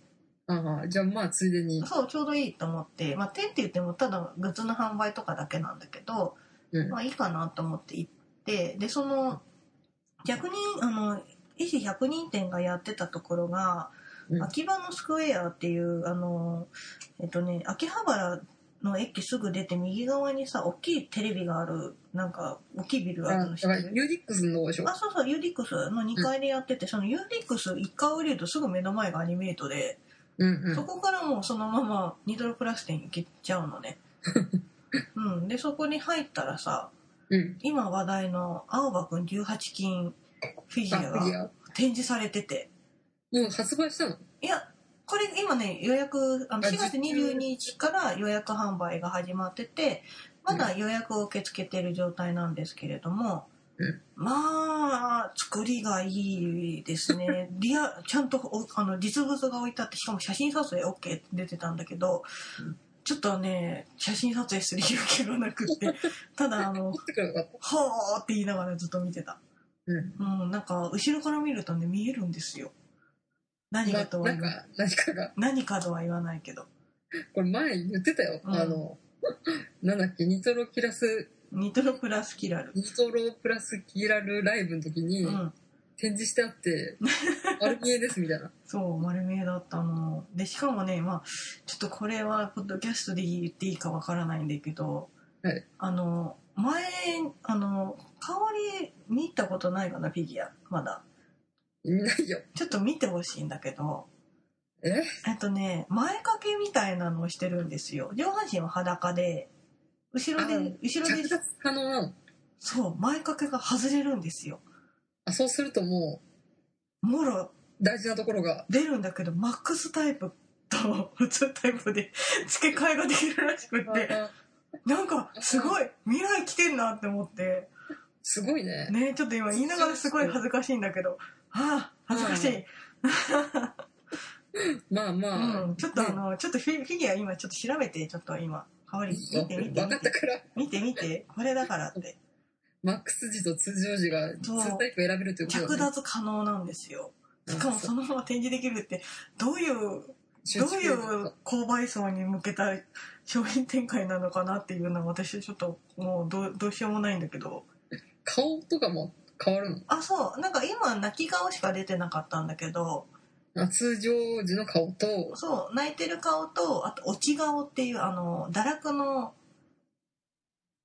A: ああ、じゃあまあ、ついでに。
B: そう、ちょうどいいと思って、まあ、点って言ってもただグッズの販売とかだけなんだけど、
A: うん
B: まあいいかなと思って行って、で、その、逆に、あの、医師100人店がやってたところが、
A: うん
B: 秋葉のスクエアっていうあのえっとね秋葉原の駅すぐ出て右側にさ大きいテレビがあるなんか大きいビルがあ
A: あ
B: るの
A: だ
B: 知
A: か
B: って
A: ら、
B: る
A: ユーディックスの方でしょ
B: あそうそうユーディックスの2階でやってて、そのユーディックス1階降りるとすぐ目の前がアニメートで、
A: うんう
B: そ
A: ん。
B: こからもうそのままニトロプラス店行けちゃうの
A: <laughs>
B: ねうんでそこに入ったらさ
A: うん。
B: 今話題の青葉くん18金フィギ
A: あ、
B: ュア
A: フィギ
B: が
A: ュア。
B: 展示されてて
A: もう発売したの
B: いや、これ今ね、予約、あの
A: あ
B: 4月22日から予約販売が始まってて、まだ予約を受け付けている状態なんですけれども、
A: うん
B: まあ、作りがいいですね。 <laughs> リア、ちゃんとおあの実物が置いてあって、しかも写真撮影 OK って出てたんだけど
A: うん、
B: ちょっとね、写真撮影する勇気がな
A: <laughs>
B: くって、ただあ
A: 持、
B: の
A: ってくればよかった。
B: ほーって言いながらずっと見てた。
A: うん。
B: うん、なんか、後ろから見るとね、見えるんですよ。何
A: なん
B: か
A: か
B: とは言わない、
A: 何かが、
B: 何かとは言わないけど
A: これ前言ってたよ。
B: うん
A: あの、 <laughs> なんだっけ、ニトロキラス、
B: ニトロプラスキラル、
A: ニトロプラスキラルライブの時
B: う
A: に、
B: ん、
A: 展示してあっ
B: <laughs>
A: て、アルミエですみたいな。
B: そう丸見えだったのでしかもねまあちょっとこれはポッドキャストで言っていいかわからないんだけど、
A: はい
B: あの前あの香り見たことないかなフィギュアまだ
A: 見ないよ。
B: ちょっと見てほしいんだけど
A: え
B: えっとね前掛けみたいなのをしてるんですよ上半身は裸で後ろ
A: あ
B: で後ろ
A: 着
B: で
A: 脱可能なの。
B: そう前掛けが外れるんですよ
A: あ、そうするとも
B: もろ
A: う、大事なところが、
B: 出るんだけどマックスタイプと普通タイプで付け替えができるらしくって
A: あ
B: なんかすごい未来来てんなって思って
A: すごいね。
B: ねちょっと今言いながらすごい恥ずかしいんだけどああ恥ずかしい、
A: まあ
B: う
A: まあ、
B: ん、ちょっとあのちょっとフィフィギュア今ちょっと調べてちょっと今代わり見て見て
A: 分か
B: 見
A: った
B: て
A: から、
B: 見て見てこれだからって
A: マックス時と通常時が、
B: そう
A: 2タイプ選べるということ
B: 着
A: だね
B: 脱可能なんですよ
A: うん
B: しかもそのまま展示できるってどういうどういう購買層に向けた商品展開なのかなっていうのは私ちょっともうどうどうしようもないんだけど
A: 顔とかも変わるの
B: あそうなんか今泣き顔しか出てなかったんだけど
A: あ通常時の顔と
B: そう泣いてる顔とあと落ち顔っていうあの堕落の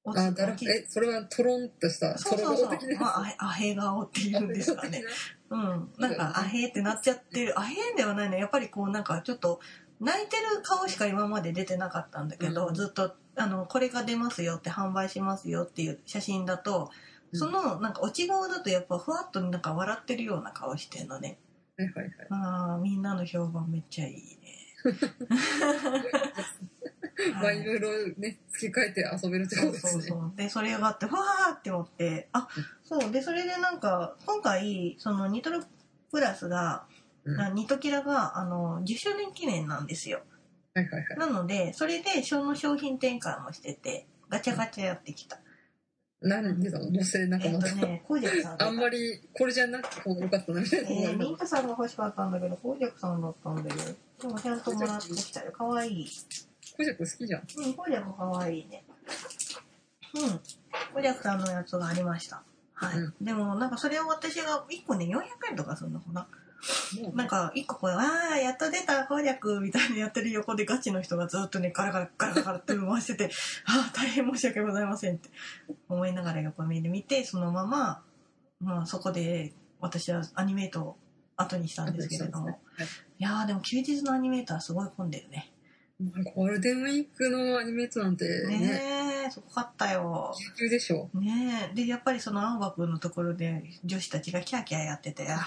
B: 落
A: あだら
B: 落
A: えそれはトロンとした
B: そう
A: ト
B: そ
A: ロ
B: う
A: ロ
B: そう
A: 的なやつ
B: まあアヘアヘ顔っていうんですかねうん、なんかあへーってなっちゃってるあへーではないねやっぱりこうなんかちょっと泣いてる顔しか今まで出てなかったんだけど、
A: うん
B: ずっとあのこれが出ますよって販売しますよっていう写真だと
A: うん
B: そのなんか落ち顔だとやっぱふわっとなんか笑ってるような顔してんのね
A: はいはいはい。
B: ああみんなの評判めっちゃいい <laughs> ね
A: <laughs> まあいろいろね、付け替えて遊べるってこと
B: そう
A: で
B: そ
A: す
B: う
A: ね。
B: そう。で、それがあって、わーって思って、あ、そう。で、それでなんか、今回、その、ニトロプラスが、
A: うん
B: あニトキラが、あの、10周年記念なんですよ。
A: はいはいはい。
B: なので、それで、その商品展開もしてて、ガチャガチャやってきた。
A: 何出たの女性なんか
B: えっ
A: ま
B: と
A: た。
B: ね、コージャクさん
A: あんま
B: り。
A: り、これじゃなくて方が良かったなみたい
B: え
A: なのが
B: ー、
A: 今
B: ミンクさんが欲しかったんだけど、コージャクさんだったんだよ。でも、ちゃんともらってきたよ。かわいい。
A: コジャク好きじゃん。
B: うん、コージャクかわいいね。うん。コージャクさんのやつがありました。はい。
A: う
B: でも、なんかそれを私が1個ね、400円とかするのかな。
A: もう
B: なんか1個こう、あー、やっと出た、コージャクみたいにやってる横でガチの人がずっとね、ガラガラガラガラって <laughs> 回してて、あー、大変申し訳ございませんって思いながら横目で見て、そのまま、まあそこで私はアニメートを後にしたんですけれども。いやー、でも休日のアニメートはすごい混んでるね。
A: はいゴールデンウィークのアニメートなんてね、
B: ねー、すごかったよ。
A: 緊急でしょ。
B: ねえでやっぱりその青葉君のところで女子たちがキャーキャーやって <laughs> てあ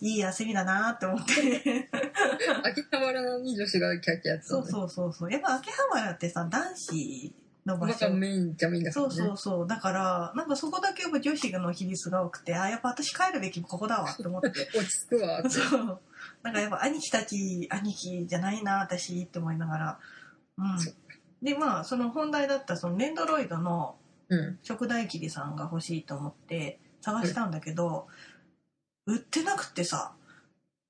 B: いい休みだなって思って
A: 秋葉原に女子がキャッキャやってた
B: そ
A: の
B: う
A: ね
B: そうそうそうやっぱ秋葉原ってさ男子の場
A: また
B: 所
A: メインじゃメインだから
B: そう
A: ね。
B: そうそうだからなんかそこだけやっぱ女子の比率が多くてあやっぱ私帰るべきここだわって思って <laughs>
A: 落ち着くわ。
B: そうなんかやっぱ兄貴たち兄貴じゃないな私って思いながらうん
A: そう
B: でまあその本題だったそのレンドロイドの
A: うん。
B: 食大切りさんが欲しいと思って探したんだけど、売ってなくてさ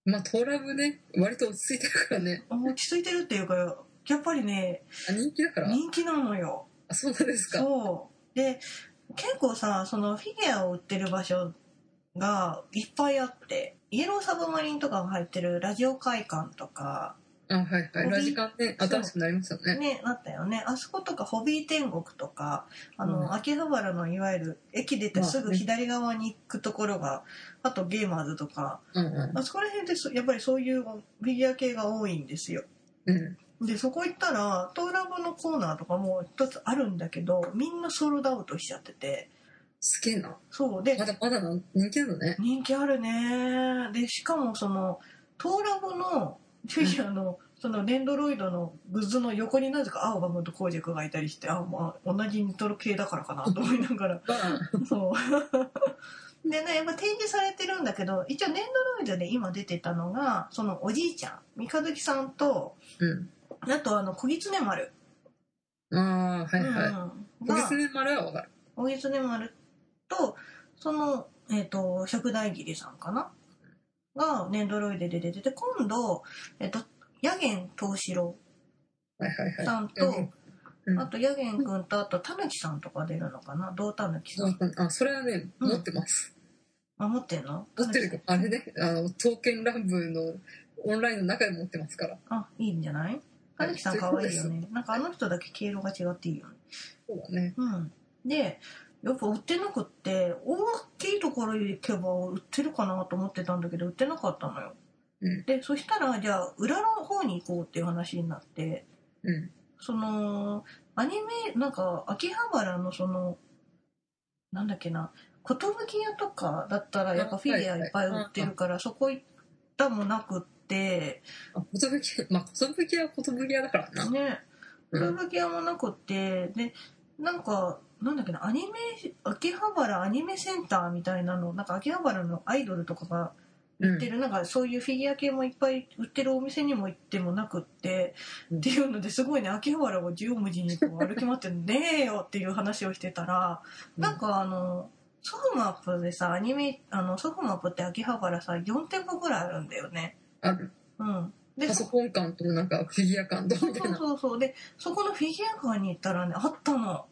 A: まあトラブね、割と落ち着いてるからね。
B: 落ち着いてるっていうかやっぱりね
A: あ、人気だから。
B: 人気なのよ
A: あ、そうなんですか。
B: そうで結構さそのフィギュアを売ってる場所がいっぱいあってイエローサブマリンとかが入ってるラジオ会館とか
A: あ、はいはい。ラジカンね、
B: そう
A: 新しくなりましたね。
B: ねあったよねあそことかホビー天国とかあの、
A: うん
B: 秋葉原のいわゆる駅出てすぐ左側に行くところがあとゲーマーズとか
A: うんう
B: あそこら辺でそやっぱりそういうフィギュア系が多いんですよ。
A: ん。うん。
B: でそこ行ったらトーラボのコーナーとかも一つあるんだけどみんなソールドアウトしちゃってて
A: すげえな。
B: そうで
A: まだまだな人気なのね。
B: 人気あるねでしかもそのトーラボのフィギュアのそのレンドロイドのグッズの横になぜか青葉君とコージェクがいたりしてあ、まあ、同じニトロ系だからかなと思いながら
A: まあ、
B: そう <laughs> でねやっぱ展示されてるんだけど一応ネンドロイドで今出てたのがそのおじいちゃん三日月さんと
A: う
B: あとあの小狐丸、
A: ん。ああ、は
B: う
A: い
B: ん
A: はい。
B: が
A: 小狐丸はわかる。
B: 小狐丸とそのえっ、と食大切りさんかながネンドロイドで出てて今度えっ、とヤゲン東四郎
A: はいはいはい。
B: さんと、
A: うん
B: あとヤゲン君とあとたぬきさんとか出るのかな同たぬきさん、
A: あ、それはね、
B: うん
A: 持ってます。
B: あ持ってんの
A: 持ってる
B: 狸
A: よあれね、あの、刀剣乱舞のオンラインの中で持ってますから。
B: あ、いいんじゃないたぬきさん可愛いよね。なんかあの人だけ毛色が違っていいよね。
A: そうだね。
B: うん。で、やっぱ売ってなくって、大きいところ行けば売ってるかなと思ってたんだけど、売ってなかったのよ。
A: うん
B: で、そしたら、じゃあ、裏の方に行こうっていう話になって、
A: うん。
B: その、アニメ、なんか、秋葉原のその、なんだっけな、寿屋とかだったら、やっぱフィギュアいっぱい売ってるから、そこ行ったもなくって、
A: あ、ことぶき、まあ、ことぶきはことぶき屋だからな。
B: ね
A: うん
B: 古着屋もなくてでなんかなんだっけなアニメ秋葉原アニメセンターみたいなのなんか秋葉原のアイドルとかが
A: う
B: 売って
A: ん。
B: る、なんかそういうフィギュア系もいっぱい売ってるお店にも行ってもなくって、
A: うん
B: っていうのですごいね秋葉原を縦横無尽にこう歩き回って「ねえよ」っていう話をしてたら、
A: うん
B: なんかあのソフマップでさアニメあのソフマップって秋葉原さ4店舗ぐらいあるんだよね。
A: ある。
B: うん、で
A: パソコン感となんかフィギュア感と
B: そう
A: みた
B: そ
A: いうな。
B: そうそうでそこのフィギュア館に行ったらねあったの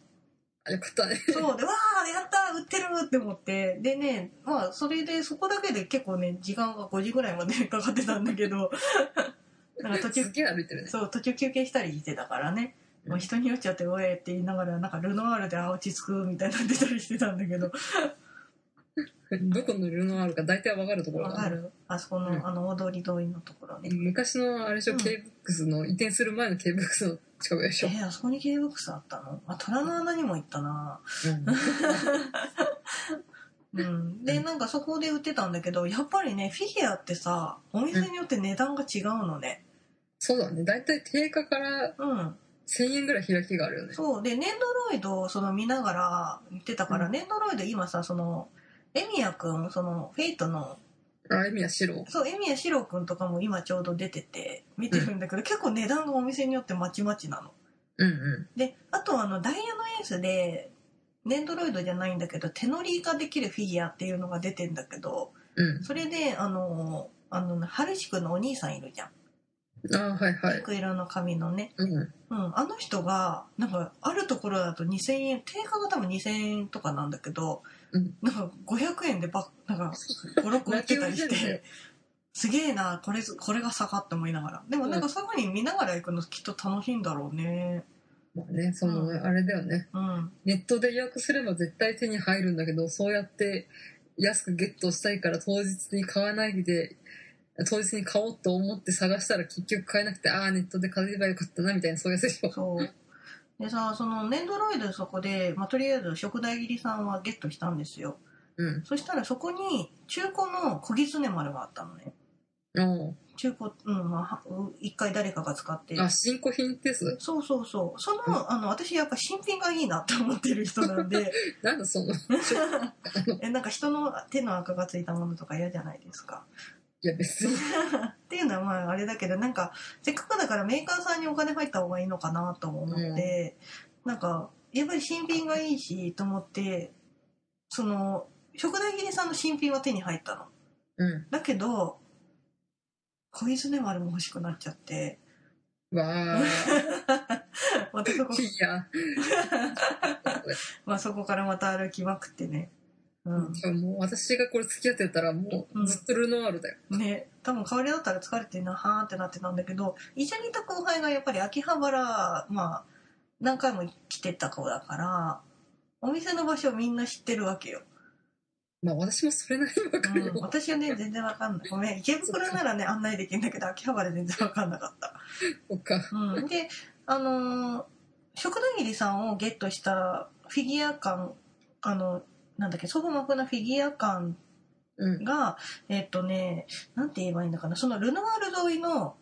A: あ、よかったね。
B: そうでわーやったー売ってるって思ってでねまあそれでそこだけで結構ね時間が5時ぐらいまで <laughs> かかってたんだけどなんか途
A: す
B: 中
A: げえ歩いてるね。
B: そう途中休憩したりしてたからね、
A: うん
B: もう人によっちゃって「おえ」って言いながらなんかルノワールであ落ち着くみたいになってたりしてたんだけど
A: どこのルノアールか大体わかるところ
B: わ
A: だ
B: か
A: な
B: るあそこの、
A: うん
B: あの大通り通りのところね、
A: 昔のあれでしょ、
B: うん
A: K ブックスの移転する前の K ブックスの近くでしょ、
B: えーあそこに K ボックスあったのあ虎の穴にも行ったな
A: うん
B: うんでなんかそこで売ってたんだけどやっぱりねフィギュアってさお店によって値段が違うのね
A: そうだね大体定価から
B: うん
A: 1000円ぐらい開きがあるよね
B: そうでネンドロイドをその見ながら見てたから、
A: うん
B: ネンドロイド今さそのエミヤくんそのフェイトの
A: あ意味は白
B: そうエミヤシロくんとかも今ちょうど出てて見てるんだけど、結構値段がお店によってまちまちなの
A: うんう
B: であとあのダイヤのエースでネンドロイドじゃないんだけど手乗りができるフィギュアっていうのが出てんだけど
A: んう
B: それであのあの春志くんのお兄さんいるじゃん
A: んあはいはい
B: ピンク色の髪のね
A: うん
B: うん、あの人がなんかあるところだと2000円定価が多分2000円とかなんだけど、
A: うん
B: なんか500円でばなんか56個売ってたり
A: 泣き
B: し
A: 笑い
B: てすげえなこれこれが差かって思いながらでもなんかそういうふうに見ながら行くのきっと楽しいんだろうね
A: まあねその、
B: うん
A: あれだよね
B: うん
A: ネットで予約すれば絶対手に入るんだけどそうやって安くゲットしたいから当日に買わないで当日に買おうと思って探したら結局買えなくてああネットで買えばよかったなみたいなそういうやつでしょ
B: そうでさそのネンドロイドそこで、まあ、とりあえず食代切りさんはゲットしたんですよ
A: うん
B: そしたらそこに中古の小狐丸があったのね
A: おう
B: 中古、うんまあ、は一回誰かが使って
A: あ新古品です
B: そうそうそう。その、あの、私やっぱ新品がいいなって思ってる人なん <laughs> で、
A: なんだそのい
B: えなんか人の手の垢がついたものとか嫌じゃないですか。
A: や別に
B: っていうのはまああれだけど、なんか、せっかくだからメーカーさんにお金入った方がいいのかなとも思って、なんか、やっぱり新品がいいし、と思って、その、食代切りさんの新品は手に入ったの。
A: うん
B: だけど、小泉丸も欲しくなっちゃって、 <laughs>
A: わあ <laughs>
B: またそこ
A: いや
B: まあそこからまた歩きまくってね。うん。
A: もう私がこれ付き合ってたらも
B: うん
A: うずっとルノワールだよ、
B: ね、多分代わりだったら疲れてんなはーってなってたんだけど一緒にいた後輩がやっぱり秋葉原まあ何回も来てた子だからお店の場所みんな知ってるわけよ、
A: まあ私もそれなりに分かるよ、
B: うん私はね全然わかんないごめん池袋ならね案内できるんだけど秋葉原全然わかんなかっ
A: そっか
B: た、うん、であのー食堂切りさんをゲットしたフィギュア館あのなんだっけソフマクなフィギュア館
A: うん
B: が、えっとね、なんて言えばいいのかな、そのルノワール沿いの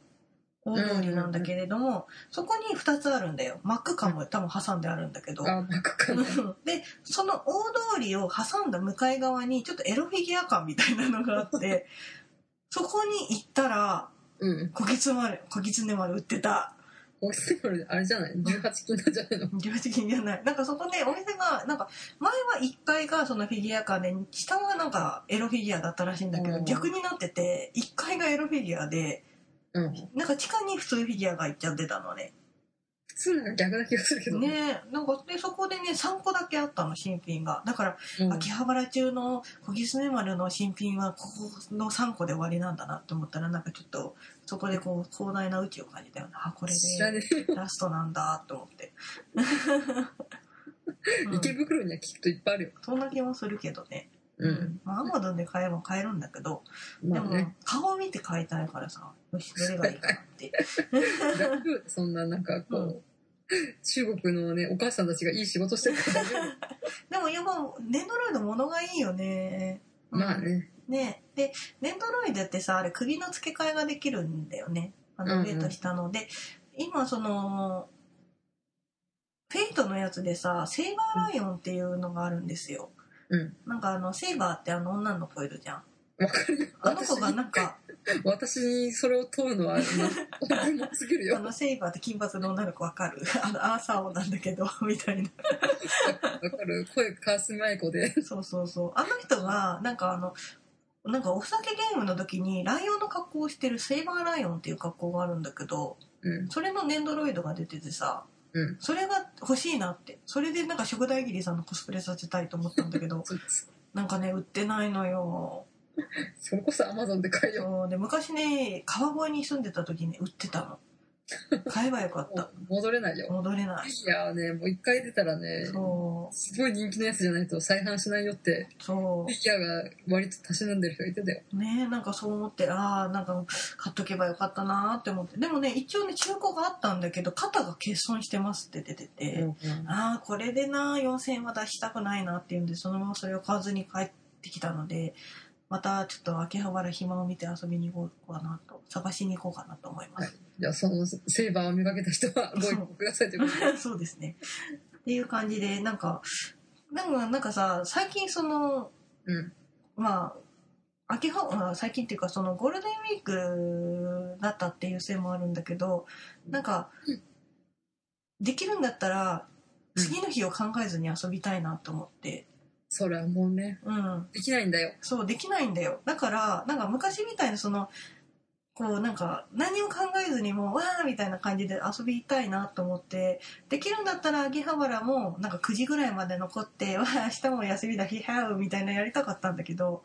B: 大通りなんだけれども、そこに2つあるんだよ。マック館も多分挟んであるんだけど。
A: あバカかな
B: で、その大通りを挟んだ向かい側に、ちょっとエロフィギュア館みたいなのがあって、そこに行ったら、
A: うん
B: こきつまる、こきつね丸売ってた。
A: おいしいあれじゃない18禁なんじゃないの
B: 量的にじゃない。なんかそこでお店が、なんか前は1階がそのフィギュア館で、下はなんかエロフィギュアだったらしいんだけ
A: う
B: ど、
A: ん
B: 逆になってて、1階がエロフィギュアで、
A: うん
B: なんか地下に普通フィギュアが行っちゃってたのね。
A: 普通なら逆な気がするけど
B: ねえなんかでそこでね3個だけあったの新品がだから、
A: うん
B: 秋葉原中の小狐丸の新品はここの3個で終わりなんだなって思ったらなんかちょっとそこでこう広大な宇宙を感じたよねあこれ
A: 知ら
B: で
A: ねえ
B: ラストなんだと思
A: <laughs>
B: って、うん
A: 池袋にはきっといっぱいあるよ
B: そんな気もするけどね、
A: う
B: まあアマゾンで買えば買えるんだけど、
A: んまあ
B: で
A: ね
B: も顔を見て買いたいからさよしどれがいいか
A: <laughs>
B: なって
A: 大丈夫そんななんかこう、中国のねお母さんたちがいい仕事してるから大丈夫
B: でもやっぱネンドロイド物がいいよね。
A: まあね
B: ねでネンドロイドってさあれ首の付け替えができるんだよねあ
A: うんう
B: の
A: ん
B: 上と下ので、今そのフェイトのやつでさセイバーライオンっていうのがあるんですよ、
A: うん
B: なんかあのセイバーってあの女の子いるじゃん
A: わかるよ
B: あの子がなんか
A: 私に私にそれを問うの <laughs> は重もすぎるよ
B: あのセイバーって金髪の女の子わかる <laughs> あのアーサー王なんだけど <laughs> みたいな
A: わかる声かすみあい子で
B: そうそうそうあの人がなんかあのなんかお酒ゲームの時にライオンの格好をしてるセイバーライオンっていう格好があるんだけど、
A: うん
B: それのネンドロイドが出ててさ、
A: うん
B: それが欲しいなってそれでなんか食大切りさんのコスプレさせたいと思ったんだけど <laughs>
A: そ
B: なんかね売ってないのよ
A: それこそアマゾンで買えよ
B: そうで昔ね川越に住んでた時に売ってたの買えばよかっ
A: も
B: た
A: う戻れないよ。
B: 戻れない
A: いやーね、もう一回出たらね、
B: そ
A: すごい人気のやつじゃないと再販しないよって、
B: うそ
A: フィギュアが割とたしなんでる人がいてたよ。
B: うねえなんかそう思ってああなんか買っとけばよかったなーって思ってでもね一応ね中古があったんだけど肩が欠損してますって出てて、ああこれでな4000円は出したくないなっていうんでそのままそれを買わずに帰ってきたのでまたちょっと秋葉原暇を見て遊びに行こうかなと探しに行こうかなと思います、
A: じゃあ、そのセーバーを見かけた人はご一報くださいということで。 <laughs>
B: そうですねっていう感じでなんかなんかなんかさ最近その
A: うん。
B: まあ秋葉まあ最近っていうかそのゴールデンウィークだったっていうせいもあるんだけどなんか、
A: うん
B: できるんだったら
A: うん
B: 次の日を考えずに遊びたいなと思って、
A: それはもうね、
B: うん、
A: できないんだよ。
B: そうできないんだよだからなんか昔みたいなそのこうなんか何も考えずにもうわーみたいな感じで遊びたいなと思ってできるんだったら秋葉原もなんか9時ぐらいまで残ってわ <laughs> ー明日も休みだヒャーみたいなやりたかったんだけど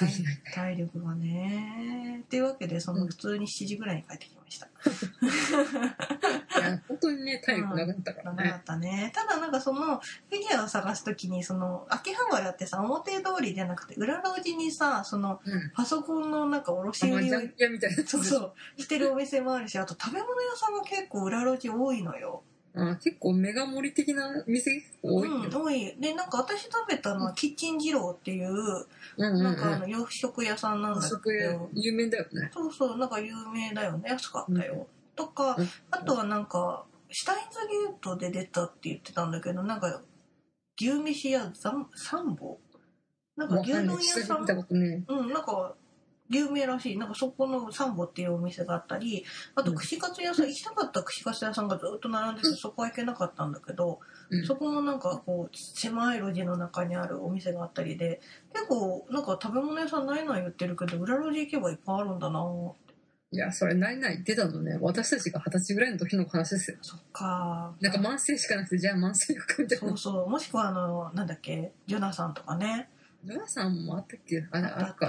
A: できないんだよ。
B: 体力がねっていうわけでそうの
A: ん
B: 普通に7時ぐらいに帰ってきました
A: いや本当にね、体力なくなったからね。
B: 長かったねただなんかそのフィギュアを探す時にその秋葉原ってさ表通りじゃなくて裏路地にさその
A: うん。
B: パソコンのなんか卸
A: あ、まあ、
B: 売
A: ジ
B: り
A: ャ
B: を
A: ンキャみたいなやつ
B: そうそうしてるお店もあるしあと食べ物屋さんが結構裏路地多いのよ、
A: あ結構メガ盛り的な店結構多い
B: うん、
A: よ。
B: 多いでなんか私食べたのはキッチン二郎っていう、
A: うんうんう
B: なんかあ
A: ん。
B: の洋食屋さんなんだけ
A: 食
B: ど
A: 有名だよね。
B: そうそうなんか有名だよね安かったよ、
A: うん
B: とか
A: うん
B: あとはなんかシュタインズゲートで出たって言ってたんだけどなんか牛飯屋ざん三宝なんか
A: わ
B: 牛
A: かんな
B: 丼
A: い。
B: 屋
A: 下
B: さ
A: で
B: ん
A: 見たことね。
B: うん、なんか、有名らしい。なんかそこのサンボっていうお店があったり、あと
A: うん
B: 串カツ屋さん、行きたかった串カツ屋さんがずっと並んでて、そこは行けなかったんだけど、
A: うん
B: そこもなんかこう、狭い路地の中にあるお店があったりで、結構なんか食べ物屋さんないのは言ってるけど、裏路地行けばいっぱいあるんだなぁ
A: いや、それないないってたのね。私たちが二十歳ぐらいの時の話ですよ。
B: そっか
A: なんか慢性しかなくて、じゃあ慢性かみたい
B: そう
A: な。
B: そう。もしくはあの、なんだっけ、ジョナさんとかね。
A: ジョナさんもあったっけあれ、あ
B: あ
A: る
B: っ
A: か。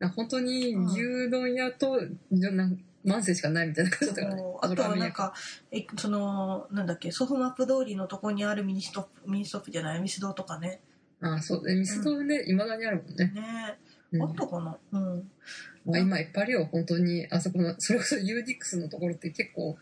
B: た。
A: なんか本当に牛丼屋と、ジョナ慢性しかないみたいな感じだったからね。
B: そうあとはなんか、えその、なんだっけ、ソフマップ通りのとこにあるミニストップ、ミニストップじゃない、ミスドとかね。
A: ああ、そう。で、ミスドね、いまだにあるもんね。
B: ね
A: うん
B: あったかなうん。
A: まあ、今いっぱいあるよ、本当に。あそこの、それこそユーディックスのところって結構、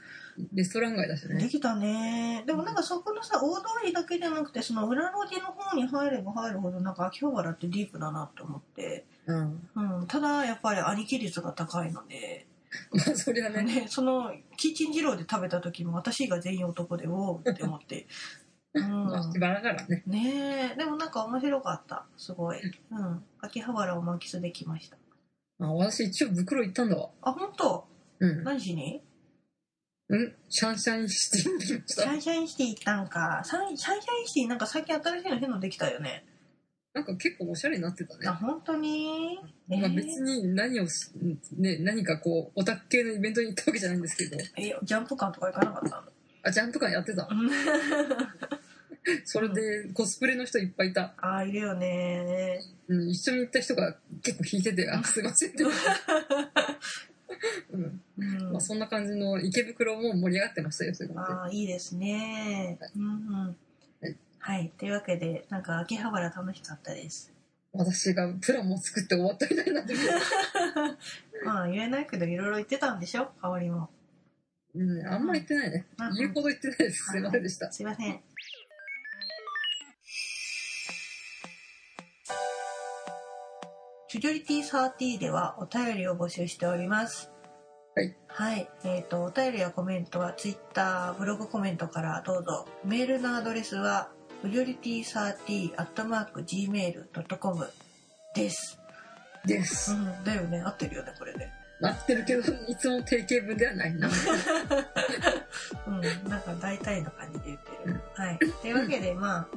A: レストラン街だし
B: で
A: ね。
B: きたね。でもなんかそこのさ、大通りだけじゃなくて、その裏路地の方に入れば入るほど、なんか秋葉原ってディープだなって思って。
A: うん。
B: うん。ただ、やっぱり兄貴率が高いので、
A: まあ、そりゃね。
B: ね、その、キッチン二郎で食べた時も私が全員男で、おーって思って。う
A: まあ、
B: ん
A: 自。腹だからね。
B: ねえでもなんか面白かったすごい、うん、秋葉原を満喫できました
A: あ、私一応袋行ったんだわ。
B: あ本当
A: うん。
B: 何しに
A: うんシャンシャインシティに行きまし
B: シャ
A: た。
B: ンシャインシティ行ったんかサンシャンシャインシティなんか最近新しいの変のできたよね
A: なんか結構おしゃれになってたね
B: あ。本当にえ
A: まあ、
B: ー
A: 別に何をし、ね、何かこう、オタク系のイベントに行ったわけじゃないんですけど、
B: えジャンプ館とか行かなかった
A: あ、ジャンプ館やってた。
B: の
A: それでコスプレの人いっぱいいた。
B: ああいるよ
A: <laughs>
B: ね
A: うん、一緒に行った人が結構引いてて、あ、すいませ
B: <laughs>
A: んって。うん。
B: うん
A: まあ、そんな感じの池袋も盛り上がってましたよ、そういうことで。
B: ああいいですねうんうん
A: はい
B: はいというわけでなんか秋葉原楽しかったです <laughs>
A: 私がプランも作って終わったみたいになってる。
B: まあ言えないけどいろいろ言ってたんでしょ香りも
A: うん、あんま行ってないね
B: うん。
A: 言うほど行ってないです。すいませんでした。
B: すいませんチュジョリティサーティではお便りを募集しております。
A: はい。
B: はい。えっ、と、お便りやコメントはツイッター、ブログコメントからどうぞ。メールのアドレスは、チュジョリティサーティアットマーク Gmail.com です。
A: で
B: う
A: す。
B: ん、だよね。合ってるよね、これね。
A: なってるけど、いつも定型文ではない
B: <laughs>
A: な。
B: うん、なんか大体の感じで言って
A: う
B: る。はい。というわけで、まあ、は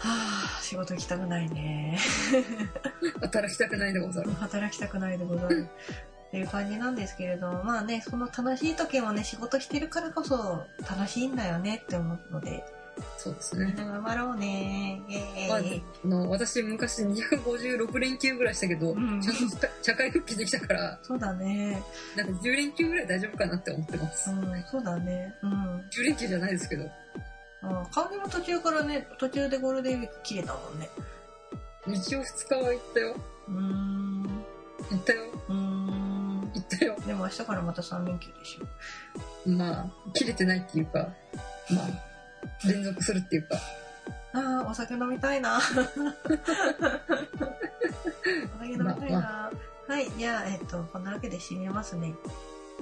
B: あ、仕事行きたくないね。 <laughs>
A: 働きたくないでござる。
B: 働きたくないでござる。っていう感じなんですけれども、まあね、その楽しい時もね、仕事してるからこそ楽しいんだよねって思うので、
A: そうです
B: み
A: ね
B: ん。な頑張ろうね。イエーイ。
A: まああの私昔256連休ぐらいしたけど、
B: うん
A: ちゃんと社社会復帰できたから
B: そうだね。
A: なんか10連休ぐらい大丈夫かなって思ってます
B: うん、そうだね。うん。
A: 10連休じゃないですけど
B: あ川木も途中からね、途中でゴールデンウィーク切れたもんね。
A: 一応2日は行ったよ
B: うーん。
A: 行ったよ
B: うーん。
A: 行ったよ
B: でも明日からまた3連休でしょ。
A: まあ切れてないっていうかまあ連続するっていうか
B: ああ、お酒飲みた
A: <laughs>
B: いな。お酒飲みたい
A: まあ
B: な。はい、じゃあ、えっと、こんなわけで締めますね。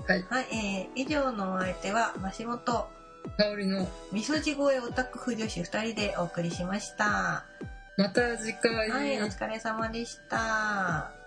A: はい
B: はい、えー、以上のお相手は、マシモと、
A: 香りの
B: みそじ越えオタク婦女子2人でお送りしました。
A: また次回、
B: はい、お疲れ様でした。